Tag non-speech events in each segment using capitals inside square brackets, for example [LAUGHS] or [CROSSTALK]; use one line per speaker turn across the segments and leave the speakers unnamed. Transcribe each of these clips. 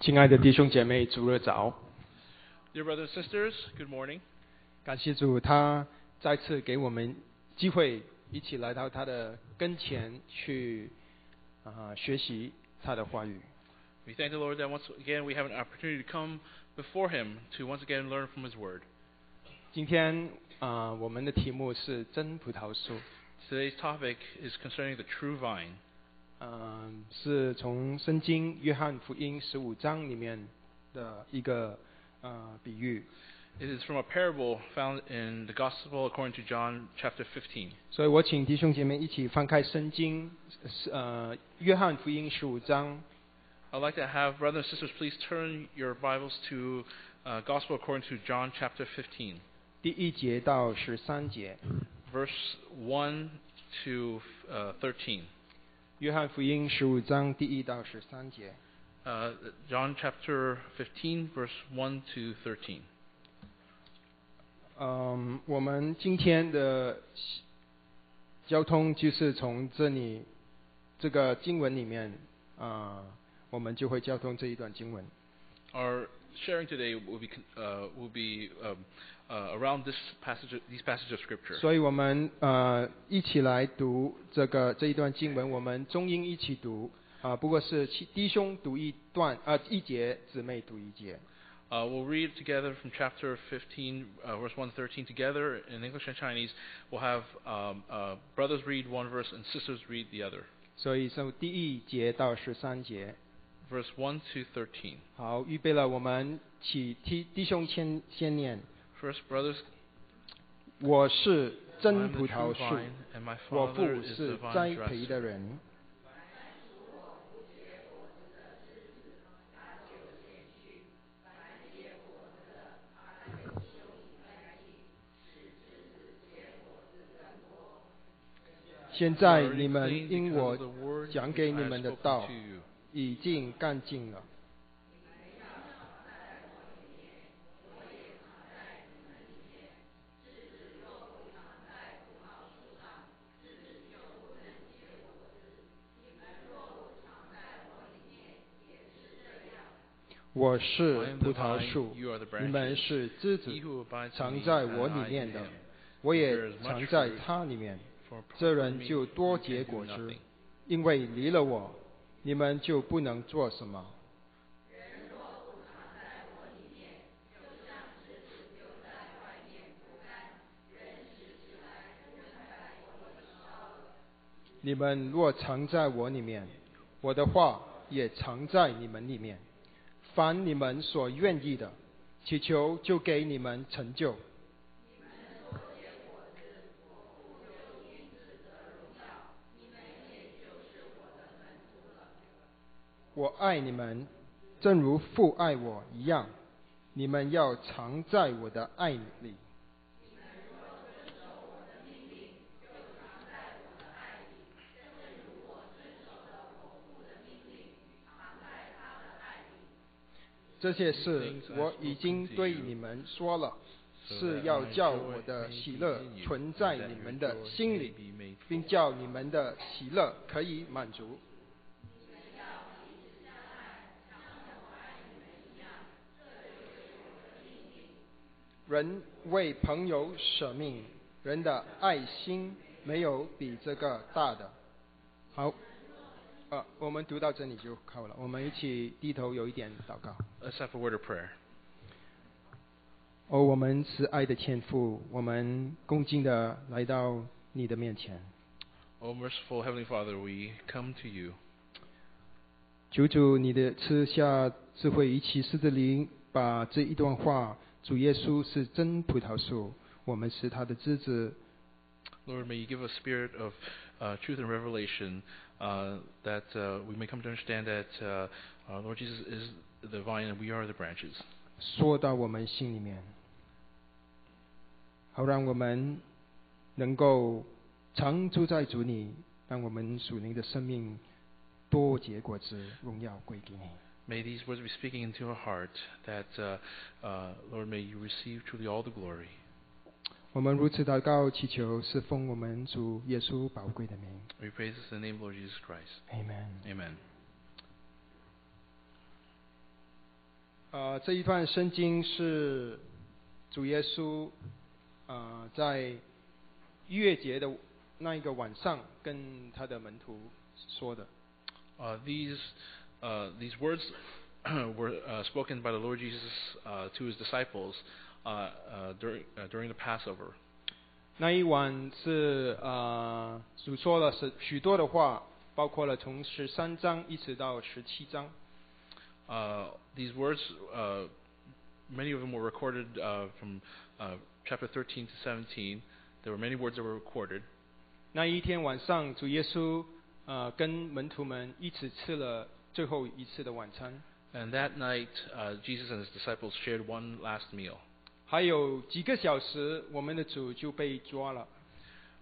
亲爱的弟兄姐妹，主日早！
Dear brothers and sisters, good morning.
感谢主，他再次给我们机会，一起来到他的跟前去啊、学习他的话语。
We thank the Lord that once again we have an opportunity to come before Him to once again learn from His Word.
今天啊、我们的题目是真葡萄树，
Today's topic is concerning the true vine.
嗯、是从圣经约翰福音十五章里面的一个呃比喻。
It is from a parable found in the Gospel according to John chapter 15.
所以我请弟兄姐妹一起翻开圣经，呃，约翰福音十五章
I'd like to have brothers and sisters please turn your Bibles to uh, Gospel according to John chapter 15,
第一节到十三节。
verse 1 to uh, 13.
约翰福音十五章第一到十三节。
Uh, John chapter 15, verse 1 to 13.
嗯，我们今天的交通就是从这里这个经文里面啊、我们就会交通这一段经文。
Our sharing today will be uh, will be um, uh, around this passage, these passages of scripture.
所以我们呃一起来读这个这一段经文，我们中英一起读啊、不过是七弟兄读一段啊、一节，姊妹读一节。
Uh, we'll read together from chapter 15, uh, verse 1 to 13 together in English and Chinese. We'll have um, uh, brothers read one verse and sisters read the other.
所以从第一节到十三节。
Verse 1 to 13.
好，预备了，我们起弟弟兄先先念。
First, brothers,
我是
I
真
am
葡
the
萄
true
树，
vine, and my
我
Father
父
is the
是
vine
栽培
dresser.
的人。现
You
在
are
你
clean
们
because
因
of
我
the word
讲
which
给
I
你
have
们的
spoken
道
to you.
已经干净了。我
I
是
am
葡
the
萄
vine,
树，
you are the
你
branches.
们是枝子
He，who abides in
藏
me
在
and
我
I
里
in
面的
him.
我
There
也
is much
藏在
fruit.
它里面。
For apart
这
from
人
me,
就
you
多
can
结
do
果子
nothing.，
因为离了我，你们就不能做什么。你们若藏在我里面，我的话也藏在你们里面。凡你们所愿意的，祈求就给你们成就。我爱你们，正如父爱我一样。你们要常在我的爱里。这些事我已经对你们说了，是要叫我的喜乐存在你们的心里，
里
并叫你们的喜乐可以满足。人为朋友舍命，人的爱心没有比这个大的。好，呃，我们读到这里就够了。我们一起低头，有一点祷告。
Let's have a word of prayer.
哦，我们慈爱的天父，我们恭敬的来到你的面前，
O merciful Heavenly Father, we come to you.
求主你的赐下智慧与启示的灵，把这一段话，主耶稣是真葡萄树，我们是他的枝子，
Lord, may you give us spirit of uh, truth and revelation uh, that uh, we may come to understand that uh, our Lord Jesus is the vine and we are the branches.
说到我们心里面，好让我们能够常住在主里，让我们属灵的生命多结果子，荣耀归给你。
May these words be speaking into our heart that, uh, uh, Lord, may you receive truly all the glory.
我们如此祷告，祈求是奉我们主耶稣宝贵的名
We praise this in the name of Lord Jesus Christ.
，Amen。
Amen.
呃，这一段圣经是主耶稣呃在逾越节的那一个晚上跟他的门徒说的。
Uh, these uh, these words [CLEARS THROAT] were uh, spoken by the Lord Jesus uh, to his disciples uh, uh, during uh, during the Passover.
那一晚是呃主说了许许多的话，包括了从十三章一直到十七章。
Uh, these words, uh, many of them were recorded uh, from uh, chapter 13 to 17. There were many words that were recorded.
那一天晚上，主耶稣呃跟门徒们一起吃了最后一次的晚餐，
And that night, uh, Jesus and his disciples shared one last meal.
还有几个小时，我们的主就被抓了。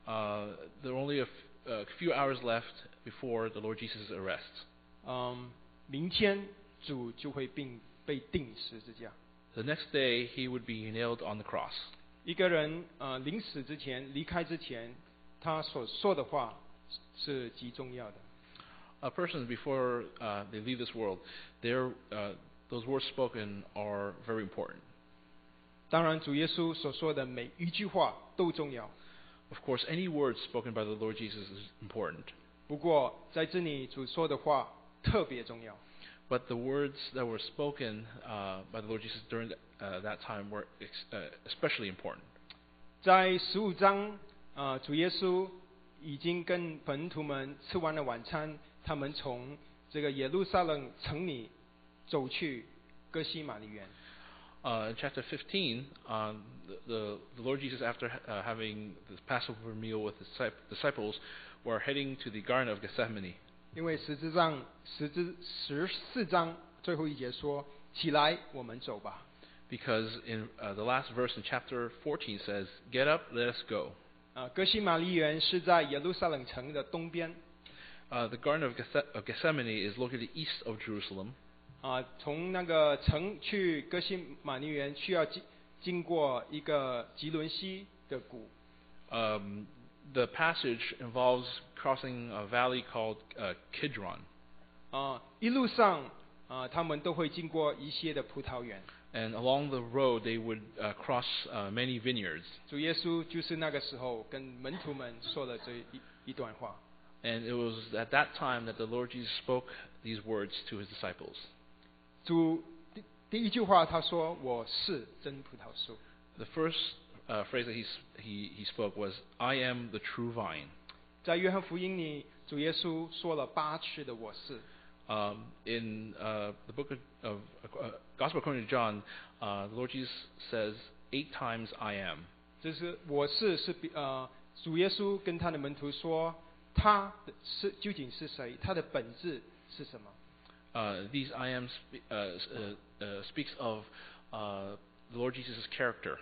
Uh, there were only a f- a few hours left before the Lord Jesus' arrest.
嗯，明天主就会并被钉十字架。
The next day, he would be nailed on the cross.
一个人呃临死之前、离开之前，他所说的话是极重要的。
A person, uh, before uh, they leave this world, their, uh, those words spoken are very important.
当然，主耶稣所说的每一句话都重要。
Of course, any word spoken by the Lord Jesus is important.
不过在这里，主说的话特别重要。
But the words that were spoken uh, by the Lord Jesus during the, uh, that time were ex- uh, especially important.
在十五章，呃，主耶稣已经跟门徒们吃完了晚餐，他们从这个耶路撒冷城里走去哥西玛丽园。
Uh, in chapter 15, um, the, the, the Lord Jesus, after uh, having this Passover meal with his discip- disciples, were heading to the Garden of Gethsemane
因为十字章十字十四章最后一节说：“起来，我们走吧。
because in uh, the last verse in chapter 14 says, Get up, let us go. ”
啊，哥西玛丽园是在耶路撒冷城的东边，
Uh, the Garden of, Gethe- of Gethsemane is located east of Jerusalem.
啊、从那个城去哥西玛丽园需要经经过一个吉伦西的谷，
Um, the passage involves crossing a valley called uh, Kidron.
啊、一路上啊、他们都会经过一些的葡萄园。
And along the road, they would uh, cross uh, many vineyards.
主耶稣就是那个时候跟门徒们说了这一一段话。
And it was at that time that the Lord Jesus spoke these words to his disciples.
主第第一句话他说：“我是真葡萄树。
The first uh, phrase that he, s- he, he spoke was, I am the true vine. ”
在约翰福音里，主耶稣说了八次的“我是
Um, in uh, the book of, of uh, Gospel according to John, uh, the Lord Jesus says, Eight times I am. ”，
就是“我是”是比呃，主耶稣跟他的门徒说他的是究竟是谁，他的本质是什么？
Uh, these I am spe- uh, s- uh, uh, speaks of uh, the Lord Jesus' character.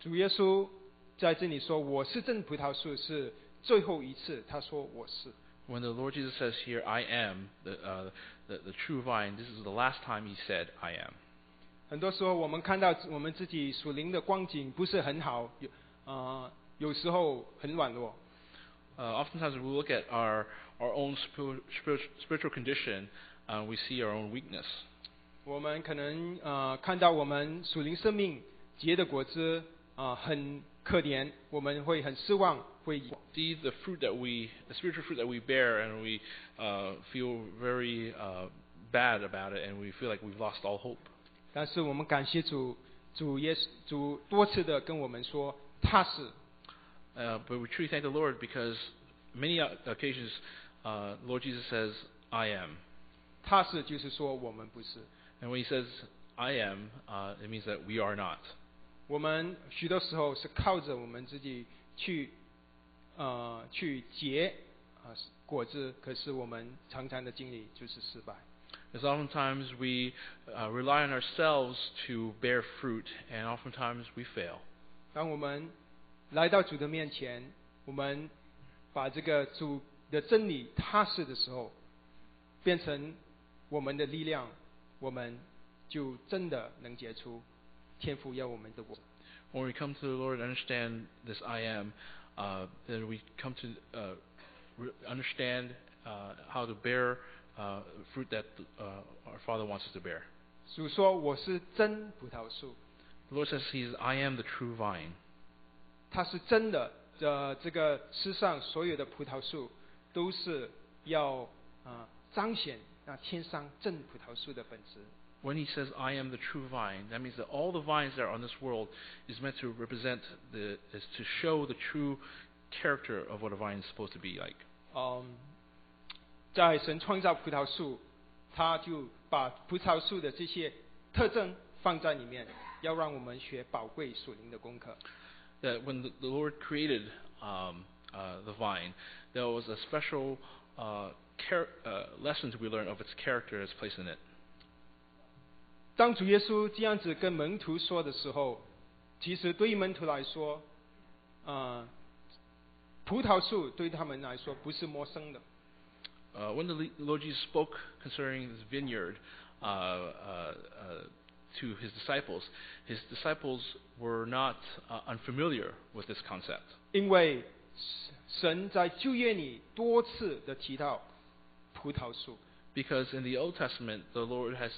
主耶稣在这里说“我是真葡萄树”是最后一次他说“我是”。
When the Lord Jesus says here, I am, the, uh, the, the true vine, this is the last time he said, I am.
很多时候，我们看到我们自己属灵的光景不是很好，有呃，有时候很软弱。
Uh, oftentimes, when we look at our, our own spir- spir- spiritual condition, uh, we see our own weakness.
我们可能呃看到我们属灵生命结的果子啊、呃很可怜，我们会很失望，会
See the fruit that we, the spiritual fruit that we bear, and we uh, feel very uh, bad about it, and we feel like we've lost all hope.
但是我们感谢主，主耶稣主多次的跟我们说，他是
Uh, but we truly thank the Lord because many o- occasions, uh, Lord Jesus says, I am.
他是就是说我们不是，
And when he says, I am, uh, it means that we are not.
我们许多时候是靠着我们自己去呃去结啊、呃果子，可是我们常常的经历就是失败。
Because oftentimes we uh, rely on ourselves to bear fruit, and oftentimes we fail.
当我们来到主的面前，我们把这个主的真理踏实的时候，变成我们的力量，我们就真的能结出天父要我们的果。
When we come to the Lord and understand this I am, uh, then we come to uh, re- understand uh, how to bear uh, fruit that uh, our Father wants us to bear.
主说：“我是真葡萄树，
The Lord says He is, I am the true vine.
它是真的。呃，这个世上所有的葡萄树都是要啊、呃彰显那天上真葡萄树的本质。
When He says, I am the true vine, that means that all the vines that are on this world is meant to represent, the, is to show the true character of what a vine is supposed to be like.
嗯，在神创造葡萄树，他就把葡萄树的这些特征放在里面，要让我们学宝贵属灵的功课。
That when the, the Lord created um, uh, the vine, there was a special uh, char- uh, lesson to be learned of its character that's placed in it.
当主耶稣这样子跟门徒说的时候，其实对于门徒来说，呃，葡萄树对他们来说不是陌生的，
Uh, when the Le- Lord Jesus spoke concerning this vineyard uh, uh, uh, to his disciples, his disciples were not uh, unfamiliar with this concept
因为神在旧约里多次的提到葡萄树，
because in the Old Testament, the Lord has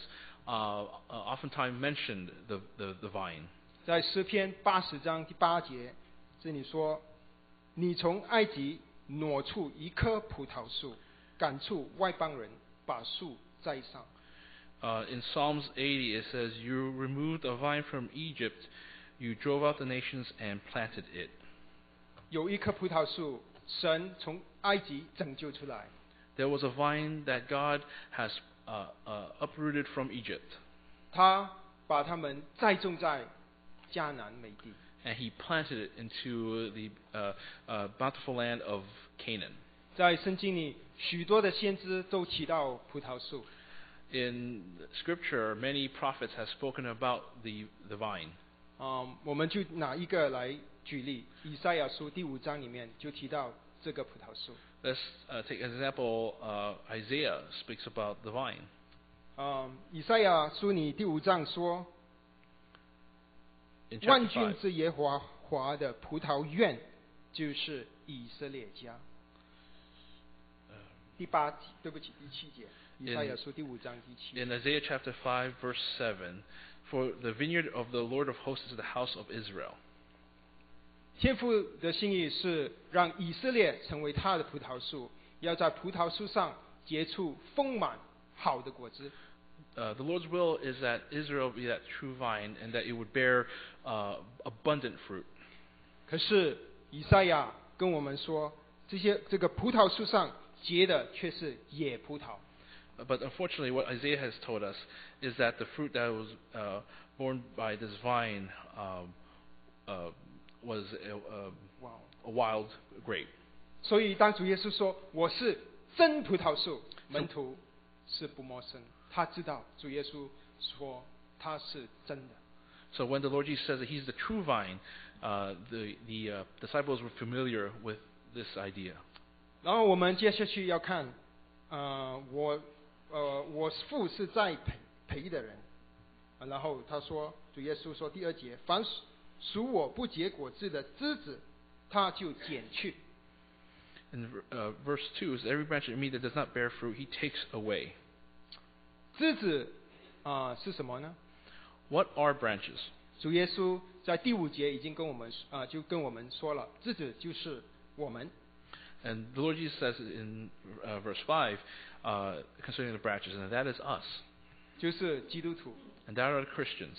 uh, uh, oftentimes mentioned the, the, the vine.
在诗篇八十章第八节，这里说：“你从埃及挪出一棵葡萄树，赶出外邦人，把树栽上。”
Uh, in Psalms 80, it says, You removed a vine from Egypt, you drove out the nations and planted it.
有一棵葡萄树，神从埃及拯救出来。
There was a vine that God has uh, uh, uprooted from Egypt,
他把他们栽种在迦南美地。
and he planted it into the uh, uh, bountiful land of Canaan.
在圣经里，许多的先知都提到葡萄树，
In Scripture, many prophets have spoken about the, the vine.
嗯，我们就拿一个来举例，以赛亚书第五章里面就提到这个葡萄树。
Let's uh, take an example. Uh, Isaiah speaks about the vine.
嗯，以赛亚书里第五章说
In：“
万
chapter
军
5,
之耶和华的葡萄园就是以色列家。”
嗯
第八，对不起，第七节，以赛亚书第五章第七节
in Isaiah chapter 5, verse 7, for the vineyard of the Lord of hosts is the house of Israel.
天父的心意是让以色列成为他的葡萄树，要在葡萄树上结出丰满好的果子。
Uh, the Lord's will is that Israel be that true vine and that it would bear uh, abundant fruit.
可是以赛亚跟我们说，这些这个葡萄树上结的却是野葡萄。
But unfortunately, what Isaiah has told us is that the fruit that was uh, borne by this vine um, uh, was a, a,
哇、哦！
a wild grape.
所以当主耶稣说我是真葡萄树，门徒是不陌生，他知道主耶稣说他是真的。
So when the Lord Jesus says that He's the true vine, uh, the the uh, disciples were familiar with this idea.
然后我们接下去要看，呃，我，呃，我父是在陪陪的人。啊然后他说，主耶稣说第二节，凡属属我不结果子的枝子，他就剪去。
In uh, verse two, is every branch in me that does not bear fruit, He takes away.
枝子啊、是什么呢？
What are branches?
主耶稣在第五节已经跟我们啊、就跟我们说了，枝子就是我们。
And the Lord Jesus says in uh, verse five uh, concerning the branches, and that is us,
就是基督徒。
and that are the Christians.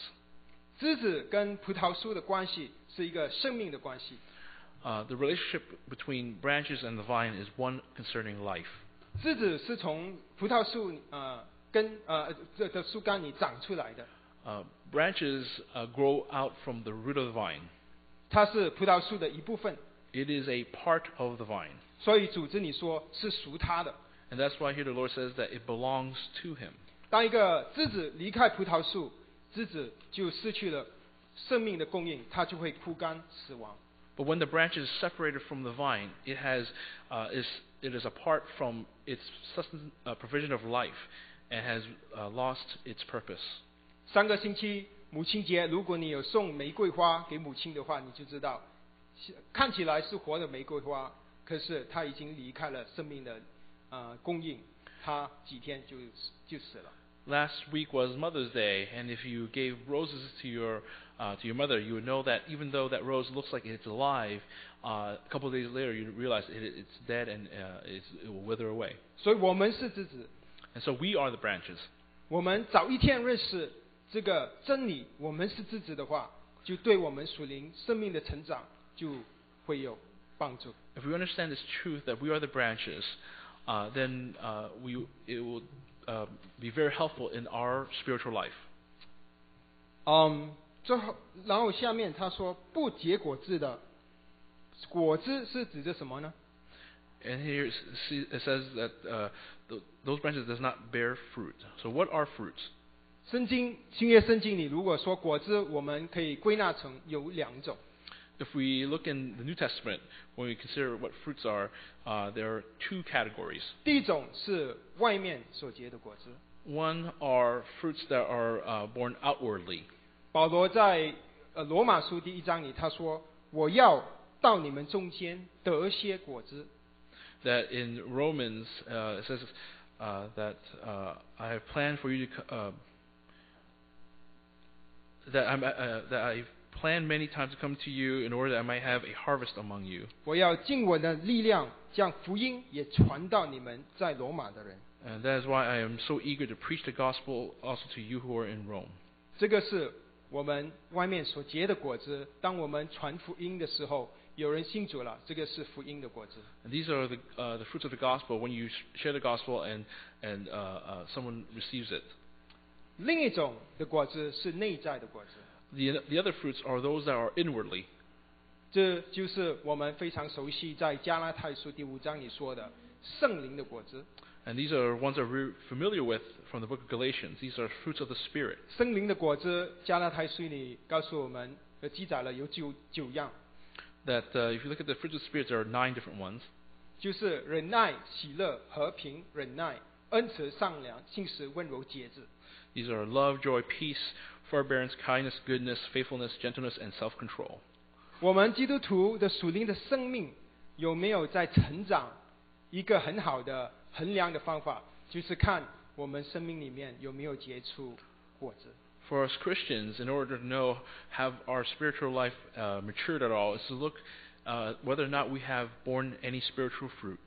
枝子跟葡萄树的关系是一个生命的关系。
Uh, the relationship between branches and the vine is one concerning life.
枝子是从葡萄树呃根呃这的树干里长出来的，
Uh, branches uh, grow out from the root of the vine.
它是葡萄树的一部分，
It is a part of the vine.
所以组织你说是属它的。
And that's why here the Lord says that it belongs to him.
当一个枝子离开葡萄树，枝子就失去了生命的供应，它就会枯干死亡。
But when the branch is separated from the vine, it has uh, is it is apart from its susten- uh, provision of life and has uh, lost its purpose.
上个星期母亲节，如果你有送玫瑰花给母亲的话，你就知道，看起来是活的玫瑰花，可是它已经离开了生命的呃供应，它几天就就死了。
last week was Mother's Day, and if you gave roses to your uh, to your mother, you would know that even though that rose looks like it's alive, uh, a couple of days later you realize it, it's dead and uh, it's, it will wither away.
所以我们是枝子，
And so we are the branches.
我们早一天认识这个真理，我们是枝子的话，就对我们属灵生命的成长就会有帮助。
If we understand this truth that we are the branches, uh, then uh, we it will uh, be very helpful in our spiritual life.
嗯，最后，然后下面他说不结果子的果子是指着什么呢？
And here it s- it says that uh, th- those branches does not bear fruit. So what are fruits?
圣经新约圣经里，如果说果子，我们可以归纳成有两种，
If we look in the New Testament, when we consider what fruits are, uh, there are two categories.
第一种是外面所结的果子。
One are fruits that are uh, born outwardly.
保罗在呃罗马书第一章里，他说：“我要到你们中间得些果子。
That in Romans uh, it says uh, that uh, I have planned for you to co- uh, that I'm, uh, uh, that I've planned many times to come to you in order that I might have a harvest among you.
我要尽我的力量，将福音也传到你们在罗马的人。
And that is why I am so eager to preach the gospel also to you who are in Rome. ”
这个是我们外面所结的果子。当我们传福音的时候，有人信主了，这个是福音的果子。
And these are the, uh, the fruits of the gospel when you sh- share the gospel and, and uh, uh, someone receives it.
另一种的果子是内在的果子，
The, the other fruits are those that are inwardly.
这就是我们非常熟悉在加拉太书第五章里说的圣灵的果子。
And these are ones that we're familiar with from the book of Galatians. These are fruits of the Spirit.
森林的果子，加拉太书里告诉我们，呃，记载了有九九样，
That uh, if you look at the fruits of the Spirit, there are nine different ones.
就是忍耐、喜乐、和平、忍耐、恩慈、善良、信实、温柔、节制。
These are love, joy, peace, forbearance, kindness, goodness, faithfulness, gentleness, and self control.
我们基督徒的属灵的生命有没有在成长？一个很好的衡量的方法，就是看我们生命里面有没有结出果子。
For us Christians, in order to know have our spiritual life uh, matured at all, is to look uh, whether or not we have borne any spiritual fruit.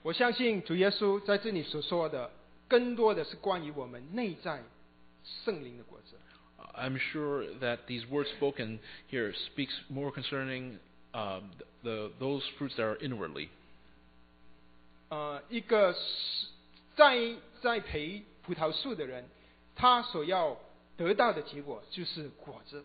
我相信主耶稣在这里所说的，更多的是关于我们内在圣灵的果子。
I'm sure that these words spoken here speaks more concerning um, th- the those fruits that are inwardly.
呃，一个是在栽培葡萄树的人，他所要得到的结果就是果子。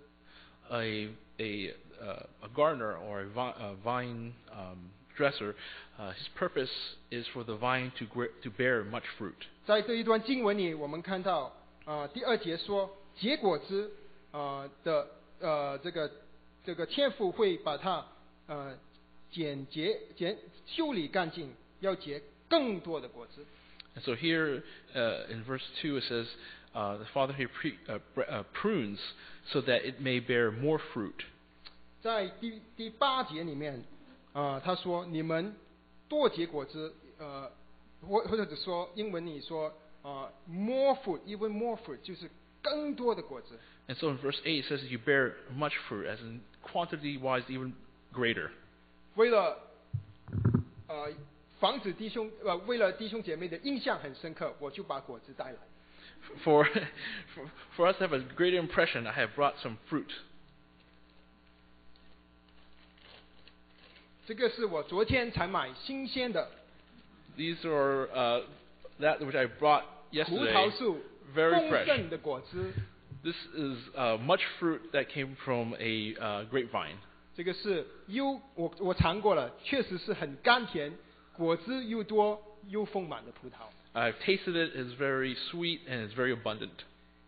A a uh, a gardener or a, vi- a vine um, dresser, uh, his purpose is for the vine to gra- to bear much fruit.
在这一段经文里，我们看到，啊、第二节说，结果子，啊的，呃，这个这个天赋会把它，呃，简洁简修理干净，要结更多的果子。
And so here uh, in verse two it says, uh, the father here pre- uh, br- uh, prunes so that it may bear more fruit.
在第第八节里面，啊、他说你们多结果子，呃，或或者是说英文里说啊、m o r e fruit，因为 more fruit 就是更多的果子。
And so in verse eight it says that you bear much fruit, as in quantity wise even greater.
为了呃防止弟兄呃为了弟兄姐妹的印象很深刻，我就把果子带来。
For, [LAUGHS] for for us to have a greater impression, I have brought some fruit.
这个是我昨天才买新鲜的
These are uh, that which I brought
葡萄
yesterday.
树
Very
丰
fresh.
盛的果子。
This is uh, much fruit that came from a uh, grapevine.
这个是又我我尝过了，确实是很甘甜，果汁又多又丰满的葡萄。
I've tasted it. It's very sweet and it's very abundant.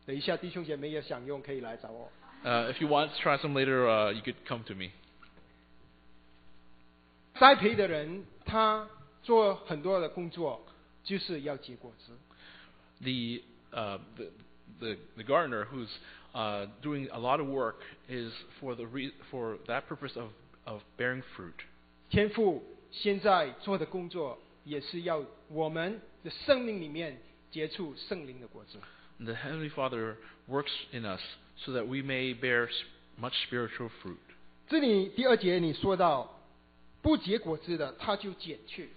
等一下弟兄姐妹也想用，可以来找我。
Uh, if you want to try some later, uh, you could come to me.
栽培的人他做很多的工作，就是要结果子。
The uh, the, the the gardener who's uh, doing a lot of work is for the re- for that purpose of of bearing fruit.
天父现在做的工作，也是要我们的生命里面结出圣灵的果子。
And the Heavenly Father works in us so that we may bear s- much spiritual fruit.
这里第二节你说到，不结果子的他就剪去。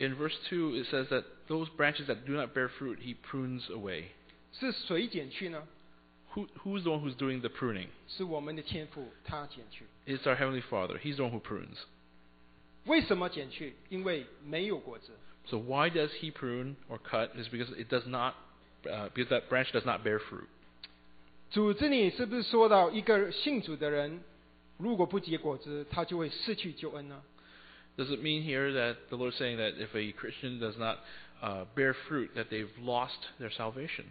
In verse 2, it says that those branches that do not bear fruit, He prunes away.
是谁剪去呢？
Who, who's the one who's doing the pruning?
是我们的天父，他剪去。
It's our Heavenly Father. He's the one who prunes.
为什么剪去？因为没有果子。
So why does He prune or cut? Is because it does not, uh, because that branch does not bear fruit.
主这里是不是说到一个信主的人，如果不结果子，他就会失去救恩呢？
Does it mean here that the Lord's saying that if a Christian does not uh, bear fruit, that they've lost their salvation?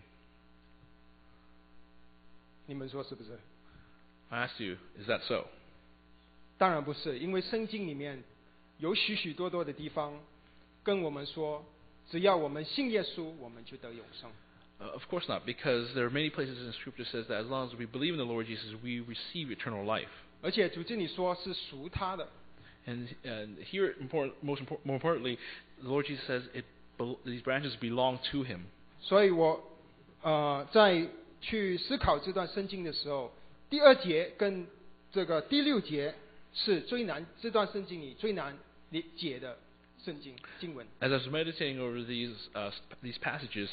你们说是不是？
I ask you, is that so?
当然不是，因为圣经里面有许许多多的地方跟我们说，只要我们信耶稣，我们就得永生。
Uh, of course not, because there are many places in Scripture says that as long as we believe in the Lord Jesus, we receive eternal life.
而且主这里说是属他的，
And, and here, important, most impor- more importantly, the Lord Jesus says it, bel- these branches belong to Him.
所以我呃在去思考这段圣经的时候，第二节跟这个第六节是最难这段圣经里最难理解的圣经经文。
As I was meditating over these uh, these passages,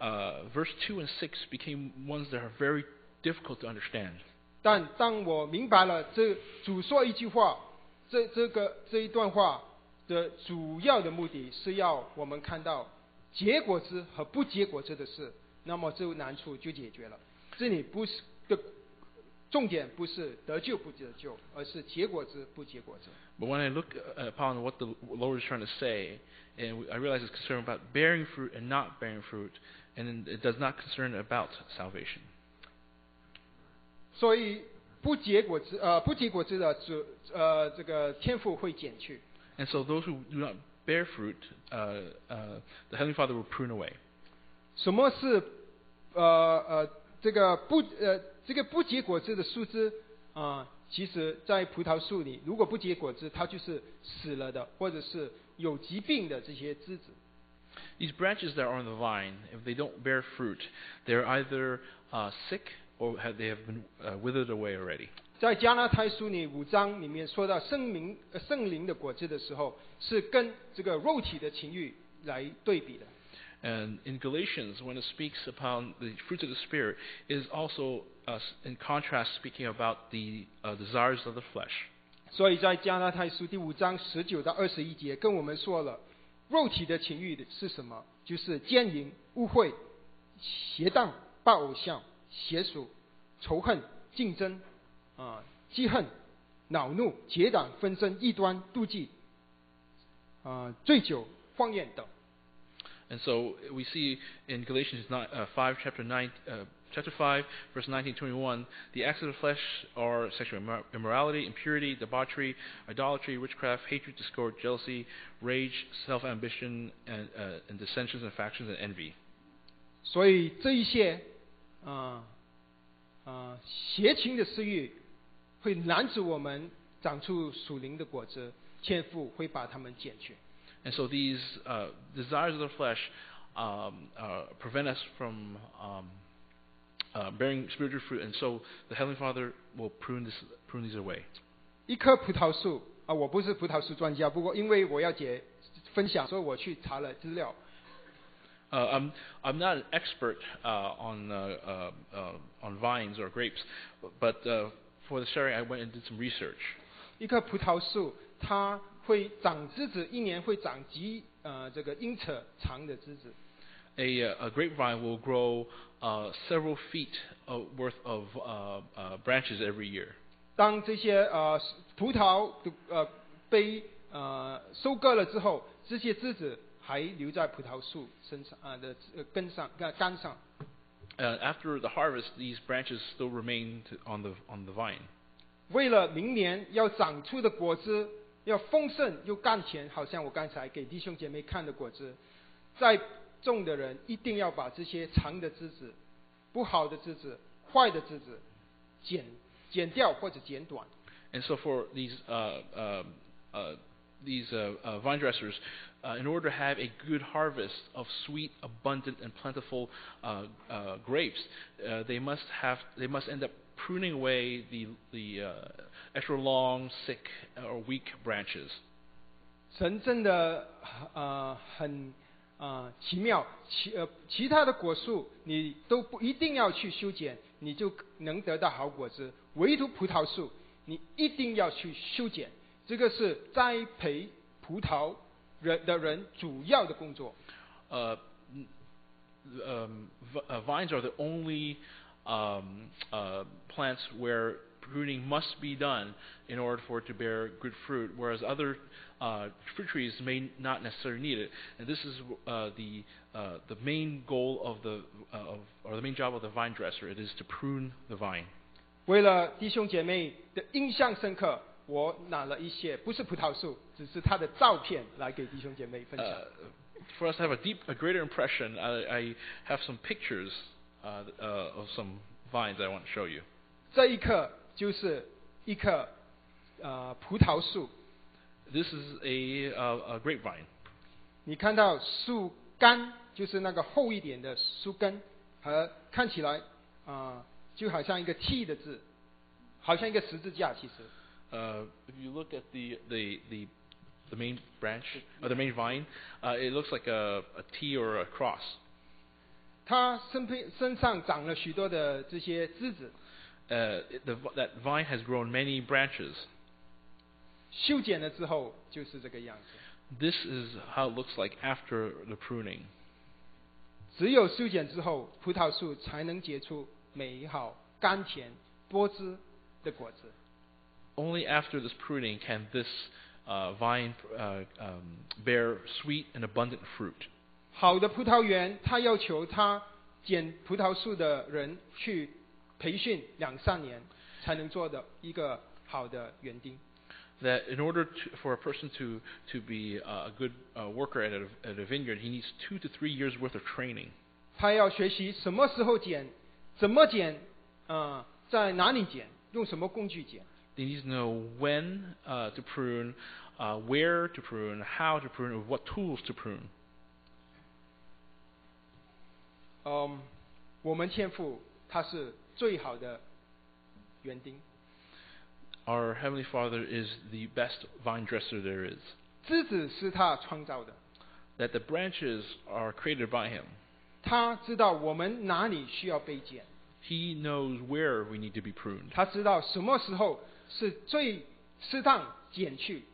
uh, verse two and six became ones that are very difficult to understand.
但当我明白了这主说一句话，这这个这一段话的主要的目的是要我们看到结果子和不结果子的事，那么这难处就解决了。这里不是的重点不是得救不得救，而是结果子不结果子。
But when I look uh, upon what the Lord is trying to say, and I realize it's concerned about bearing fruit and not bearing fruit, and it does not concern about salvation.
所以不结果子呃不结果子的主呃这个天赋会减去。
And so those who do not bear fruit, uh, uh, the Heavenly Father will prune away.
什么是呃呃这个不呃这个不结果子的树枝啊、其实在葡萄树里，如果不结果子，它就是死了的，或者是有疾病的这些枝子。
These branches that are on the vine, if they don't bear fruit, they're either uh, sick or have, they have been uh, withered away already.
在加拉太书里五章里面说到圣灵、呃、圣灵的果子的时候，是跟这个肉体的情欲来对比的。
And in Galatians, when it speaks upon the fruits of the Spirit, it is also, uh, s- in contrast, speaking about the uh, desires of the flesh.
所以在加拉太书第五章十九到二十一节跟我们说了，肉体的情欲是什么？就是奸淫、污秽、邪荡、拜偶像、邪属、仇恨、竞争、啊、记恨、恼怒、结党纷争、异端、妒忌、啊、醉酒、荒宴等。
And so we see in Galatians 9, uh, 5, chapter 9, uh, chapter 5, verse 19 21, the acts of the flesh are sexual immor- immorality, impurity, debauchery, idolatry, witchcraft, hatred, discord, jealousy, rage, self ambition, and, uh, and dissensions and factions and envy.
所以这一些，啊、啊、邪情的私欲会拦阻我们长出属灵的果子，天父会把它们剪去。
And so these uh, desires of the flesh um, uh, prevent us from um, uh, bearing spiritual fruit, and so the Heavenly Father will prune, this, prune these away.
一棵葡萄树啊，我不是葡萄树专家，不过因为我要解分享，所以我去查了资料。
Uh, I'm I'm not an expert uh, on uh, uh, uh, on vines or grapes, but uh, for the sharing, I went and did some research.
一棵葡萄树它会长枝子，一年会长几呃这个英尺长的枝子。
A, uh, a grapevine will grow uh, several feet uh, worth of uh, uh, branches every year.
当这些呃葡萄的呃被呃收割了之后，这些枝子还留在葡萄树身上啊、的呃根上干干上。
Uh, after the harvest, these branches still remain to, on the on the vine.
为了明年要长出的果子要丰盛又甘甜，好像我刚才给弟兄姐妹看的果子，在种的人一定要把这些长的枝子、不好的枝子、坏的枝子剪剪掉或者剪短。
And so for these uh, um uh, these uh, uh, vine dressers, uh, in order to have a good harvest of sweet, abundant, and plentiful uh, uh, grapes, uh, they must have they must end up pruning away the the uh, extra long, sick, or weak branches.
神真的呃很呃奇妙，其呃其他的果树你都不一定要去修剪，你就能得到好果子，唯独葡萄树你一定要去修剪，这个是栽培葡萄人的人主要的工作。
Uh, n- um, v- uh, vines are the only um, uh, plants where pruning must be done in order for it to bear good fruit, whereas other uh, fruit trees may not necessarily need it. And this is uh, the uh, the main goal of the uh, of, or the main job of the vine dresser. It is to prune the vine.
为了弟兄姐妹的印象深刻，我拿了一些不是葡萄树，只是它的照片来给弟兄姐妹分享。
Uh, for us to have a deep, a greater impression, I, I have some pictures uh, th- uh, of some vines I want to show you.
这一棵就是一棵呃葡萄树，
This is a, uh, a grapevine.
你看到树干就是那个厚一点的树根，和看起来啊、呃就好像一个 T 的字，好像一个十字架。其实
Uh, if you look at the the the, the main branch or the main vine, uh, it looks like a, a T or a cross.
它身边身上长了许多的这些枝子，
Uh, it, the, v- that vine has grown many branches.
修剪了之后就是这个样子。
This is how it looks like after the pruning.
只有修剪之后，葡萄树才能结出美好、甘甜、多汁的果子。
Only after this pruning can this uh, vine uh, um, bear sweet and abundant fruit.
好的葡萄园，他要求他剪葡萄树的人去培训两三年，才能做的一个好的园丁。
That in order to, for a person to to be uh, a good uh, worker at a, at a vineyard, he needs two to three years worth of training.
他要学习什么时候剪，怎么剪，啊、在哪里剪，用什么工具剪。
They need to know when uh, to prune, uh, where to prune, how to prune, and what tools to prune.
嗯，我们天父他是最好的园丁。
Our Heavenly Father is the best vine dresser there is.
枝子是他创造的，
That the branches are created by Him.
他知道我们哪里需要被剪，
He knows where we need to be pruned.
他知道什么时候是最适当剪去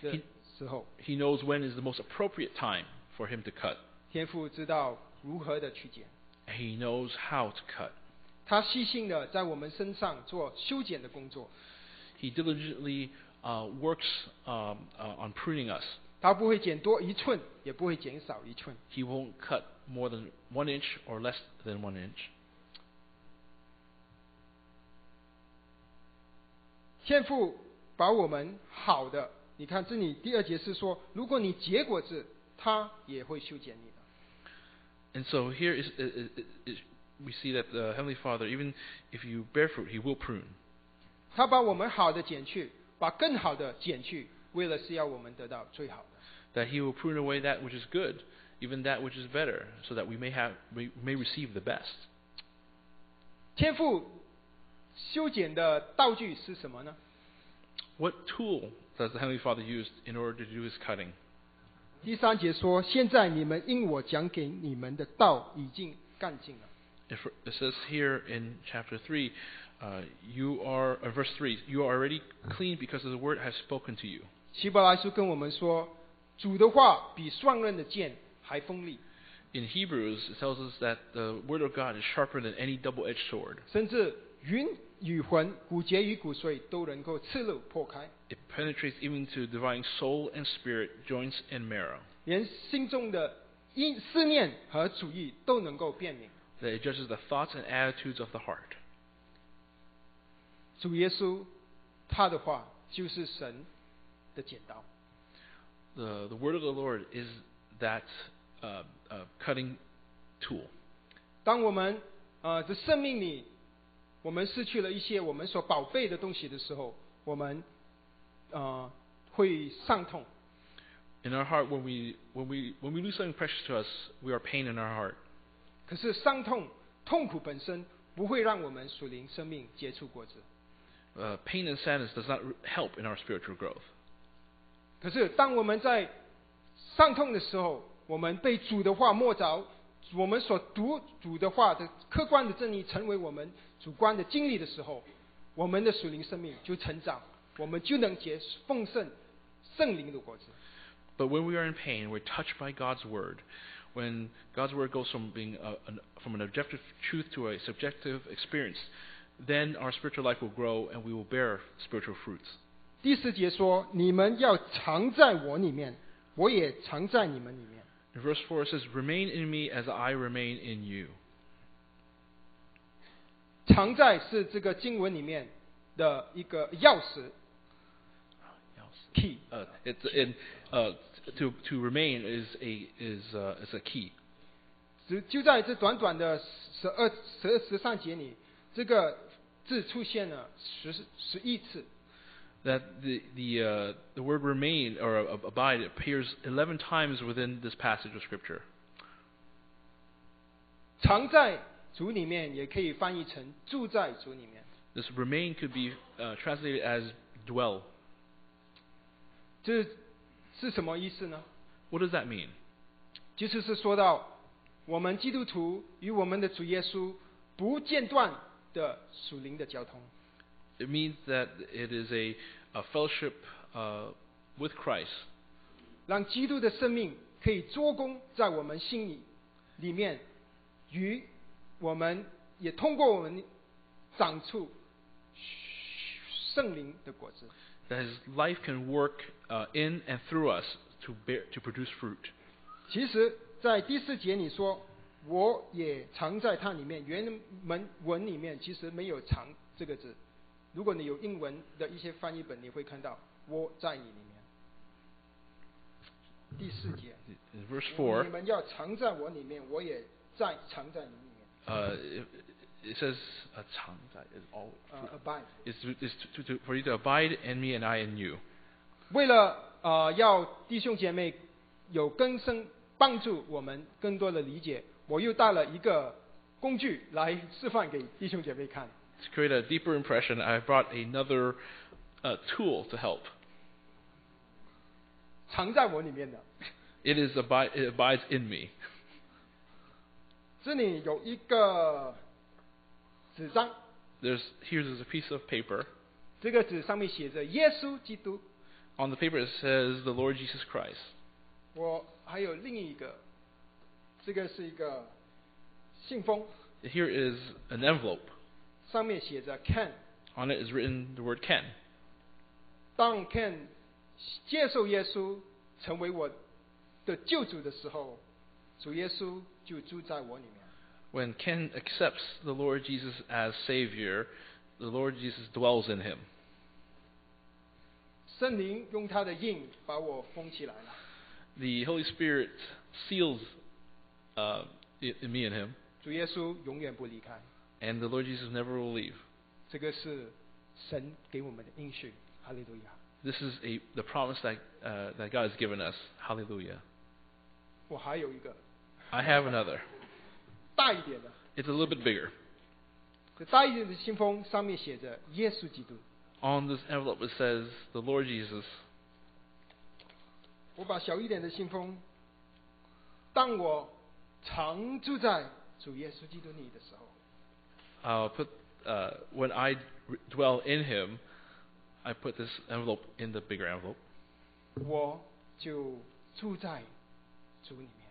的时候。
He knows when is the most appropriate time for Him to cut.
天父知道如何的去剪，
He knows how to cut.
他细心的在我们身上做修剪的工作，
He diligently uh, works um, uh, on pruning us.
他不会剪多一寸，也不会减少一寸。
He won't cut more than one inch or less than one inch.
天父把我们好的，你看这里第二节是说，如果你结果子，他也会修剪你的。
And so here is, i i i i we see that the Heavenly Father, even if you bear fruit, He will prune.
他把我们好的剪去，把更好的剪去，为了是要我们得到最好的。
That He will prune away that which is good, even that which is better, so that we may have we may receive the best.
天赋修剪的道具是什么呢？
What tool does the Heavenly Father use in order to do His cutting?
第三节说：“现在你们因我讲给你们的道已经干尽了。
It f- it says here in chapter three, uh, you are uh, verse three. You are already clean because of the word I have spoken to you. ”
希伯来书跟我们说：“主的话比双刃的剑还锋利，
In Hebrews, it tells us that the word of God is sharper than any double-edged sword.
甚至云与魂、骨节与骨髓都能够刺入破开，
It penetrates even to dividing soul and spirit, joints and marrow.
连心中的因思念和主意都能够辨明。
That it judges the thoughts and attitudes of the heart. ”
主耶稣，他的话就是神的剪刀。
The, the word of the Lord is that uh, uh, cutting tool.
当我们呃这生命里，我们失去了一些我们所宝贝的东西的时候，我们呃会伤痛，
In our heart, when we, when, we, when we lose something precious to us, we are pain in our heart.
可是伤痛、痛苦本身不会让我们属灵生命结出果子。
Uh, pain and sadness does not r- help in our spiritual growth.
可是当我们在伤痛的时候，我们被主的话摸着，我们所读主的话的客观的真理成为我们主观的经历的时候，我们的属灵生命就成长，我们就能结丰盛圣灵的果子。
But when we are in pain, we're touched by God's word. When God's word goes from being a, an, from an objective truth to a subjective experience, then our spiritual life will grow and we will bear spiritual fruits.
第四节说：“你们要藏在我里面，我也藏在你们里面。
In verse 4 it says, Remain in me as I remain in you. ”
藏在是这个经文里面的一个钥匙 key。
Uh, it's in, uh, to, to remain is a, is, uh, is a key.
只就在这短短的十二十二十三节里，这个字出现了十十一次。
That the, the, uh, the word remain or uh, abide appears 11 times within this passage of Scripture.
藏在主里面也可以翻译成住在主里面，
This remain could be uh, translated as dwell.
这是什么意思呢？
What does that mean?
其实是说到我们基督徒与我们的主耶稣不间断的属灵的交通。
It means that it is a, a fellowship uh, with Christ
让基督的生命可以做工在我们心里里面，与我们也通过我们长出圣灵的果子。
that His life can work uh, in and through us to bear, to produce fruit.
其实，在第四节你说“我也藏在它里面”，原文文里面其实没有“藏”这个字。如果你有英文的一些翻译本，你会看到“我在你里面”。第四节，
In verse four,
你们要藏在我里面，我也在藏在你里面。
uh, it, it says uh, "藏在" is all.
呃 a b i d
Is to, is to, to, for you to abide in me and I in you.
为了呃要弟兄姐妹有更深帮助我们更多的理解，我又带了一个工具来示范给弟兄姐妹看。
To create a deeper impression, I brought another uh, tool to help.
藏在我里面的，
It is abide, it abides in me.
这里有一个纸张，
There's here's a piece of paper.
这个纸上面写着耶稣基督。
On the paper it says the Lord Jesus Christ.
我还有另一个，这个是一个信封，
Here is an envelope.
上面写着 Can。
On it is written the word Ken.
当 Ken 接受耶稣成为我的救主的时候，主耶稣就住在我里面。
When Ken accepts the Lord Jesus as Savior, the Lord Jesus dwells in him.
圣灵用他的印把我封起来了。
The Holy Spirit seals uh, i- in me and him,
主耶稣永远不离开，
and the Lord Jesus never will leave.
这个是神给我们的应许。哈利路亚！
This is a, the promise that, uh, that God has given us. Hallelujah.
我还有一个
I have another.
大一点的，
It's a little bit bigger.
这大一点的信封上面写着耶稣基督。
On this envelope it says the Lord Jesus.
我把小一点的信封，当我常住在主耶稣基督里的时候，
I'll put uh, when I dwell in Him, I put this envelope in the bigger envelope,
我就住在主里面，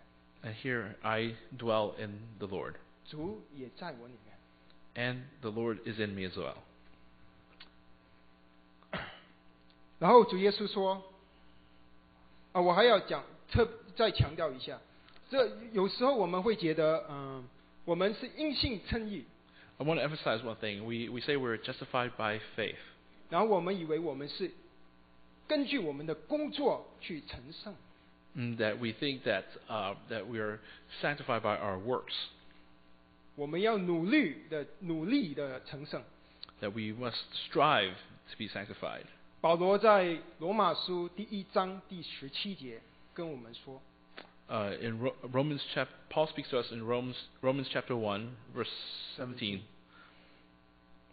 and here I dwell in the Lord,
主也在我里面。
and the Lord is in me as well.
然后主耶稣说：“啊，我还要讲特再强调一下，这有时候我们会觉得，嗯，我们是因信称义，
I want to emphasize one thing. We we say we're justified by faith,
然后我们以为我们是根据我们的工作去成圣。
and Mm, that we think that uh, that we are sanctified by our works,
我们要努力的努力的成圣。
that we must strive to be sanctified.
保罗在罗马书第一章第十七节跟我们说，
Uh, in Ro- Romans chap- Paul speaks to us in Romans, Romans chapter 1, verse 17.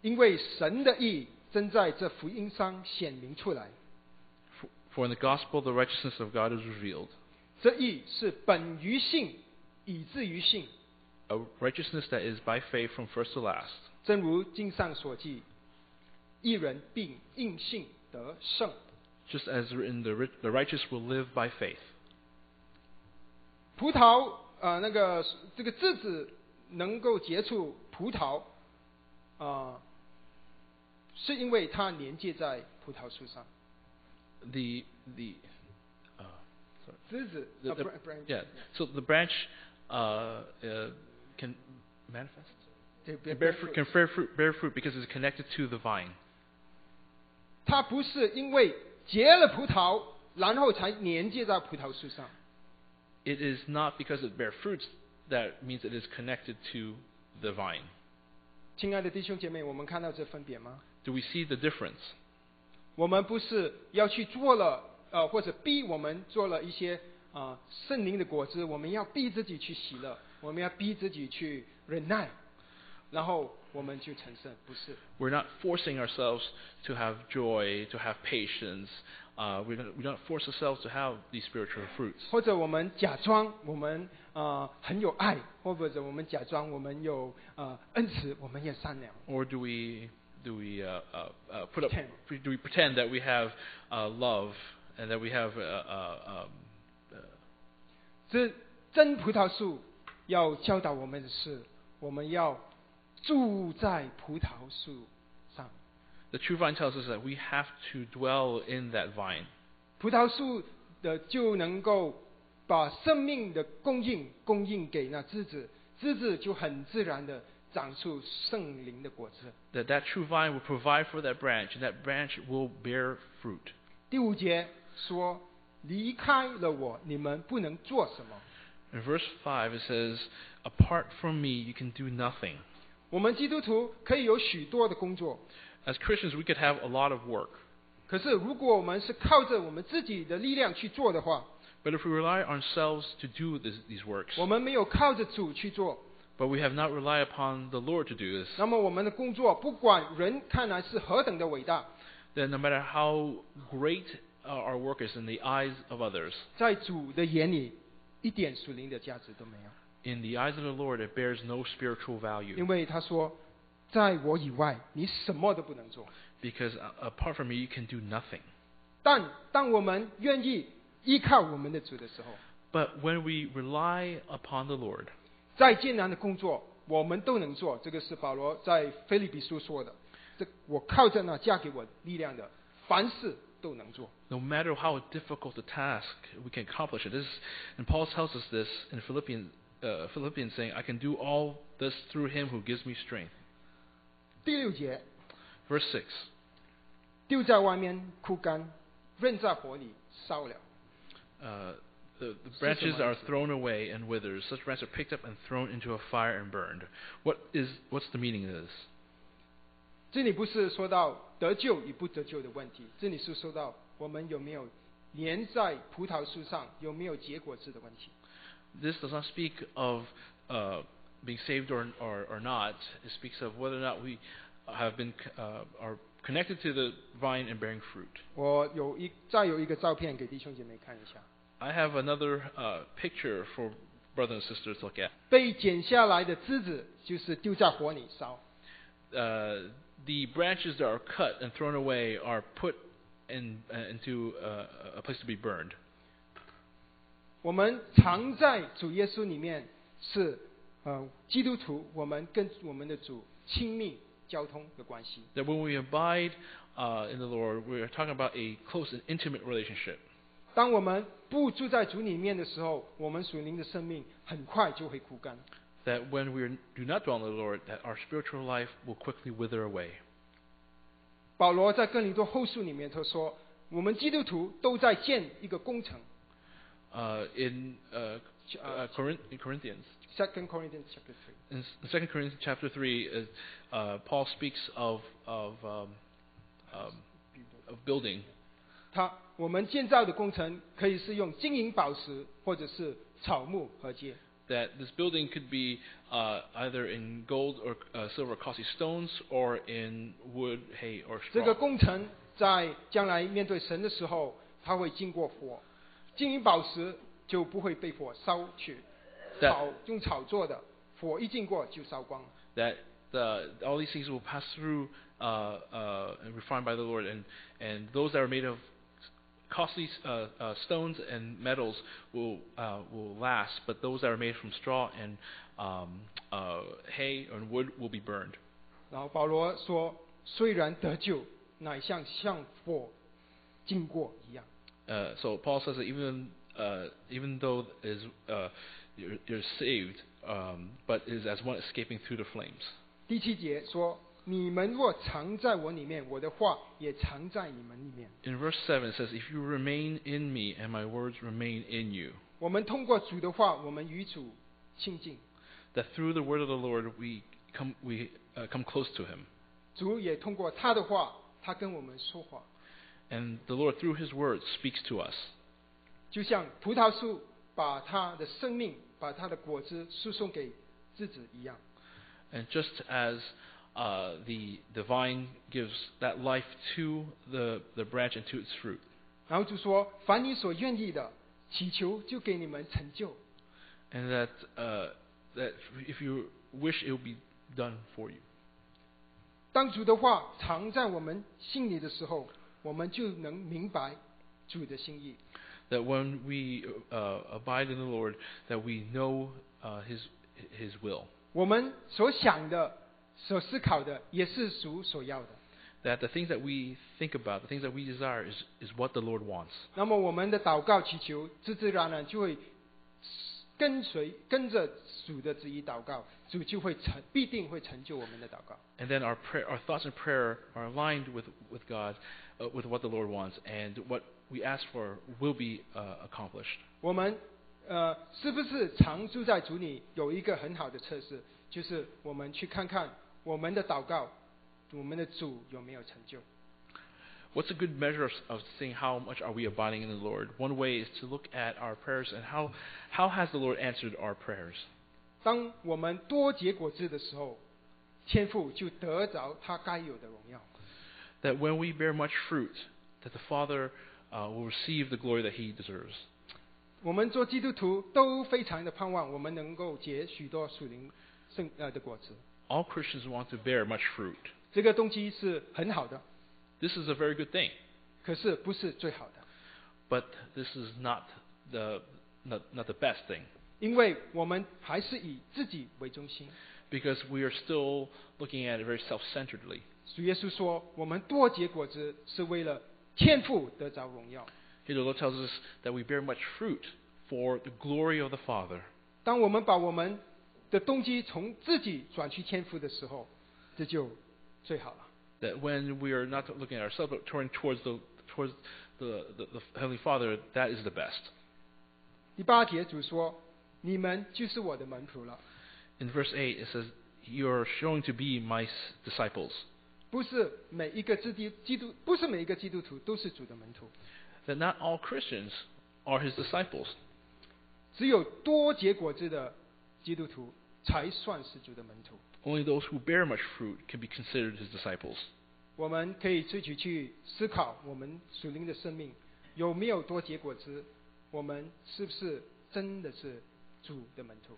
因为神的意真在这福音上显明出来。
For, for in the gospel the righteousness of God is revealed,
这意是本于性，以至于性，
a righteousness that is by faith from first to last.
正如经上所记，一人并因信得胜。
Just as written, the, ri- the righteous will live by faith.
葡萄，呃，那个这个栀子能够结出葡萄，啊、是因为它粘接在葡萄树上。
The, the, uh,
栀子，
The-
啊
the-
br- branch
yeah, so the branch uh, uh, can manifest,
they
can
bear
bear
fruit.
fruit, can bear fruit, bear fruit because it's connected to the vine.
它不是因为结了葡萄，然后才粘接在葡萄树上。
It is not because it bear fruits that means it is connected to the vine.
亲爱的弟兄姐妹，我们看到这分别吗？
Do we see the difference?
我们不是要去做了，呃，或者逼我们做了一些啊、呃圣灵的果子，我们要逼自己去喜乐，我们要逼自己去忍耐，然后我们就成圣，不是？
We're not forcing ourselves to have joy, to have patience. Uh, we, don't, we don't force ourselves to have these spiritual fruits.
或者我们假装我们啊、呃很有爱，或者我们假装我们有呃恩慈，我们也善良。
Or do we do we uh, uh, uh, put up?
Pretend.
Do we pretend that we have uh, love and that we have uh, uh, um, uh,
这真葡萄树要教导我们的是，我们要住在葡萄树上。
the true vine tells us that we have to dwell in that vine.
葡萄树的就能够把生命的供应供应给那枝子，枝子就很自然的长出圣灵的果子。
That that true vine will provide for that branch, and that branch will bear fruit.
第五节说：“离开了我，你们不能做什么。
In verse five, it says, "Apart from me, you can do nothing." ”
我们基督徒可以有许多的工作，
As Christians, we could have a lot of work,
可是如果我们是靠着我们自己的力量去做的话，
but if we rely on ourselves to do this, these works,
我们没有靠着主去做，
but we have not relied upon the Lord to do this,
那么我们的工作不管人看来是何等的伟大，
then no matter how great uh, our work is in the eyes of others,
在主的眼里一点属灵的价值都没有。
in the eyes of the Lord, it bears no spiritual value
因为他说，在我以外，你什么都不能做。
because uh, apart from me, you can do nothing.
但当我们愿意依靠我们的主的时候，
But when we rely upon the Lord,
再艰难的工作，我们都能做。这个是保罗在菲利比书说的。这我靠着那嫁给我力量的，凡事都能做。
no matter how difficult the task, we can accomplish it. This, and Paul tells us this in Philippians, uh, Philippians, saying, "I can do all this through Him who gives me strength."
第六节，
Verse six.
丢在外面枯干，扔在火里烧了。
Uh, the, the
Sister
branches are
Marcy.
thrown away and withers. Such branches are picked up and thrown into a fire and burned. What is what's the meaning of this?
这里不是说到得救与不得救的问题，这里是说到我们有没有粘在葡萄树上，有没有结果子的问题。
This does not speak of uh, being saved or, or or not. It speaks of whether or not we have been c- uh, are connected to the vine and bearing fruit.
我有一再有一个照片给弟兄姐妹看一下，
I have another uh, picture for brothers and sisters to look at.
被剪下来的枝子就是丢在火里烧，
Uh, the branches that are cut and thrown away are put in, uh, into uh, a place to be burned.
我们常在主耶稣里面是呃基督徒，我们跟我们的主亲密交通的关系。
That when we abide uh, in the Lord, we are talking about a close and intimate relationship.
当我们不住在主里面的时候，我们属灵的生命很快就会枯干。
That when we do not dwell in the Lord, that our spiritual life will quickly wither away.
保罗在哥林多后书里面他说，我们基督徒都在建一个工程。
Uh, in, uh, uh,
呃
Corinth- in Corinthians,
，Second Corinthians chapter three。
in 2 Corinthians chapter 3, uh, uh, Paul speaks of, of, um, um, of building
他我们建造的工程可以是用金银宝石，或者是草木和秸。
that this building could be uh, either in gold or uh, silver costly stones or in wood, hay, or
这个
straw.
工程在将来面对神的时候，它会经过火，金银宝石就不会被火烧去。
That-
草用草做的，火一经过就烧光了。
That the, all these things will pass through uh, uh, and refined by the Lord, and, and those that are made of costly uh, uh, stones and metals will uh, will last, but those that are made from straw and um, uh, hay and wood will be burned.
然后保罗说：“虽然得救，乃像像火经过一样。
Uh, so Paul says that even uh, even though is uh, you're, you're saved, um, but is as one escaping through the flames. ”
第七节说：“你们若藏在我里面，我的话也藏在你们里面。
In verse seven it says, "If you remain in me, and my words remain in you, ”
我们通过主的话，我们与主亲近，
that through the word of the Lord we come we uh, come close to Him,
主也通过他的话，他跟我们说话。
and the Lord through His word speaks to us,
就像葡萄树把它的生命、把它的果子输送给枝子一样，
and just as uh, the the vine gives that life to the the branch and to its fruit."
然后就说：“凡你所愿意的，祈求就给你们成就。
and that uh, that if you wish, it will be done for you. ”
当主的话藏在我们心里的时候，我们就能明白主的心意。
That when we uh, abide in the Lord, that we know uh, His His will.
我们所想的、所思考的，也是主所要的。
That the things that we think about, the things that we desire, is is what the Lord wants.
那么我们的祷告祈求，自自然然就会跟随跟着主的旨意祷告，主就会成必定会成就我们的祷告。
And then our prayer, our thoughts and prayer are aligned with with God, uh, with what the Lord wants, and what we ask for will be uh, accomplished.
我们呃，是不是常住在主里？有一个很好的测试，就是我们去看看我们的祷告，我们的主有没有成就。
What's a good measure of, of seeing how much are we abiding in the Lord? One way is to look at our prayers and how how has the Lord answered our prayers.
当我们多结果子的时候，天父就得着他该有的荣耀。
that when we bear much fruit, that the Father uh, will receive the glory that He deserves.
我们做基督徒都非常的盼望，我们能够结许多属灵圣呃的果子。
All Christians want to bear much fruit.
这个东西是很好的，
This is a very good thing,
可是不是最好的，
but this is not the not, not the best thing
因为我们还是以自己为中心。
because we are still looking at it very self-centeredly.
主耶稣说：“我们多结果子是为了天父得着荣耀。
Here the Lord tells us that we bear much fruit for the glory of the Father. ”
当我们把我们的动机从自己转去天父的时候，这就最好了。
That when we are not looking at ourselves but turning towards the towards the, the, the Heavenly Father, that is the best.
第八节主说：“你们就是我的门徒了，
In verse 8, it says, You are showing to be my s- disciples.
不是每一个基督基督不是每一个基督徒都是主的门徒，
That not all Christians are his disciples.
只有多结果子的基督徒才算是主的门徒。
Only those who bear much fruit can be considered his disciples. ”
我们可以自己去思考我们属灵的生命有没有多结果子，我们是不是真的是主的门徒？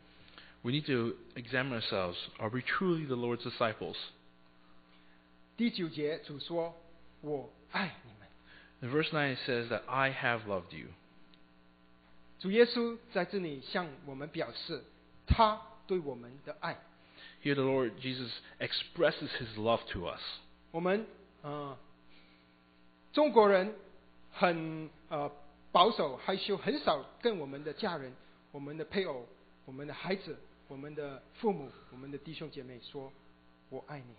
We need to examine ourselves. Are we truly the Lord's disciples?
第九节主说：“我爱你们。
In verse 9, it says that I have loved you. ”
主耶稣在这里向我们表示他对我们的爱。
Here the Lord Jesus expresses his love to us.
我们呃，中国人很呃保守害羞，很少跟我们的家人、我们的配偶、我们的孩子、我们的父母、我们的弟兄姐妹说“我爱你